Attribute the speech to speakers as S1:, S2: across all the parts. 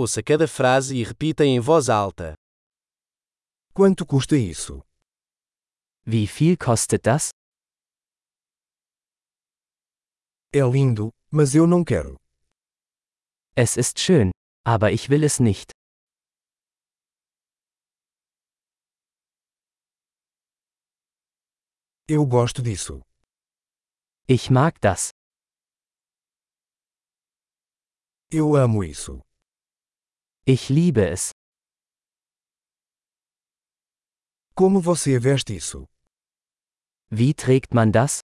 S1: Ouça cada frase e repita em voz alta.
S2: Quanto custa isso?
S3: Wie viel kostet das?
S2: É lindo, mas eu não quero.
S3: Es ist schön, aber ich will es nicht.
S2: Eu gosto disso.
S3: Ich mag das.
S2: Eu amo isso.
S3: Ich liebe es.
S2: Como você veste isso?
S3: Wie trägt man das?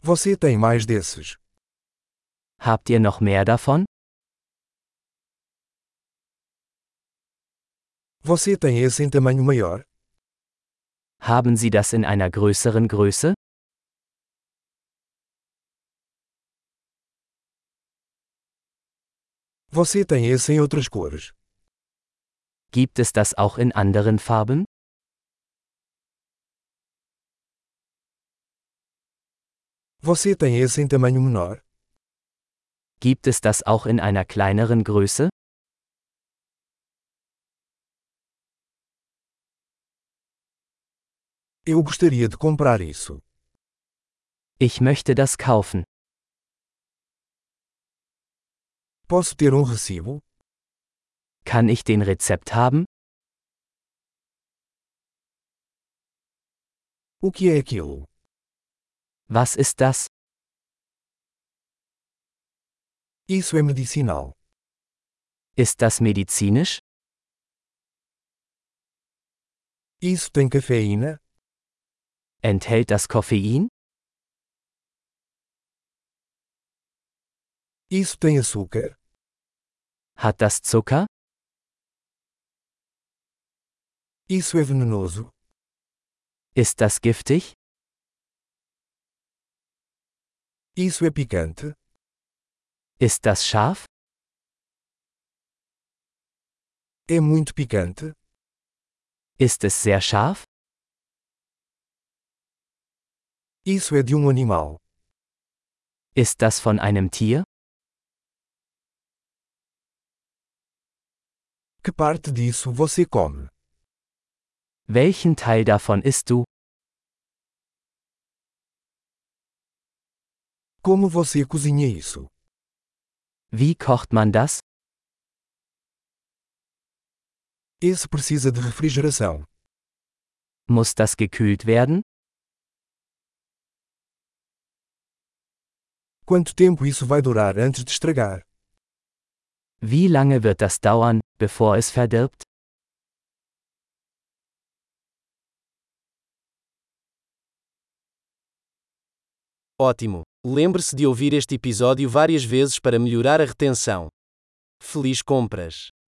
S2: Você tem mais desses.
S3: Habt ihr noch mehr davon?
S2: Você tem esse em tamanho maior?
S3: Haben Sie das in einer größeren Größe?
S2: Você tem esse em outras cores?
S3: Gibt es das auch in anderen Farben?
S2: Você tem esse em tamanho menor?
S3: Gibt es das auch in einer kleineren Größe?
S2: Eu gostaria de comprar isso.
S3: Ich möchte das kaufen.
S2: Posso ter um recibo?
S3: Kann ich den Rezept haben?
S2: O que é aquilo?
S3: Was ist das?
S2: Isso é medicinal.
S3: Ist das medizinisch?
S2: Isso tem cafeína?
S3: Enthält das Koffein?
S2: Isso tem açúcar?
S3: Hat das Zucker?
S2: Isso é venenoso?
S3: Ist das giftig?
S2: Isso é picante?
S3: Ist das scharf?
S2: É muito picante?
S3: Ist es sehr scharf?
S2: Isso é de um animal.
S3: Ist das von einem Tier?
S2: Que parte disso você come?
S3: Welchen Teil davon isst du?
S2: Como você cozinha isso?
S3: Wie kocht man das?
S2: Esse precisa de refrigeração.
S3: Muss das gekühlt werden?
S2: Quanto tempo isso vai durar antes de estragar?
S3: Wie lange wird das dauern, bevor es verdirbt?
S1: Ótimo! Lembre-se de ouvir este episódio várias vezes para melhorar a retenção. Feliz compras!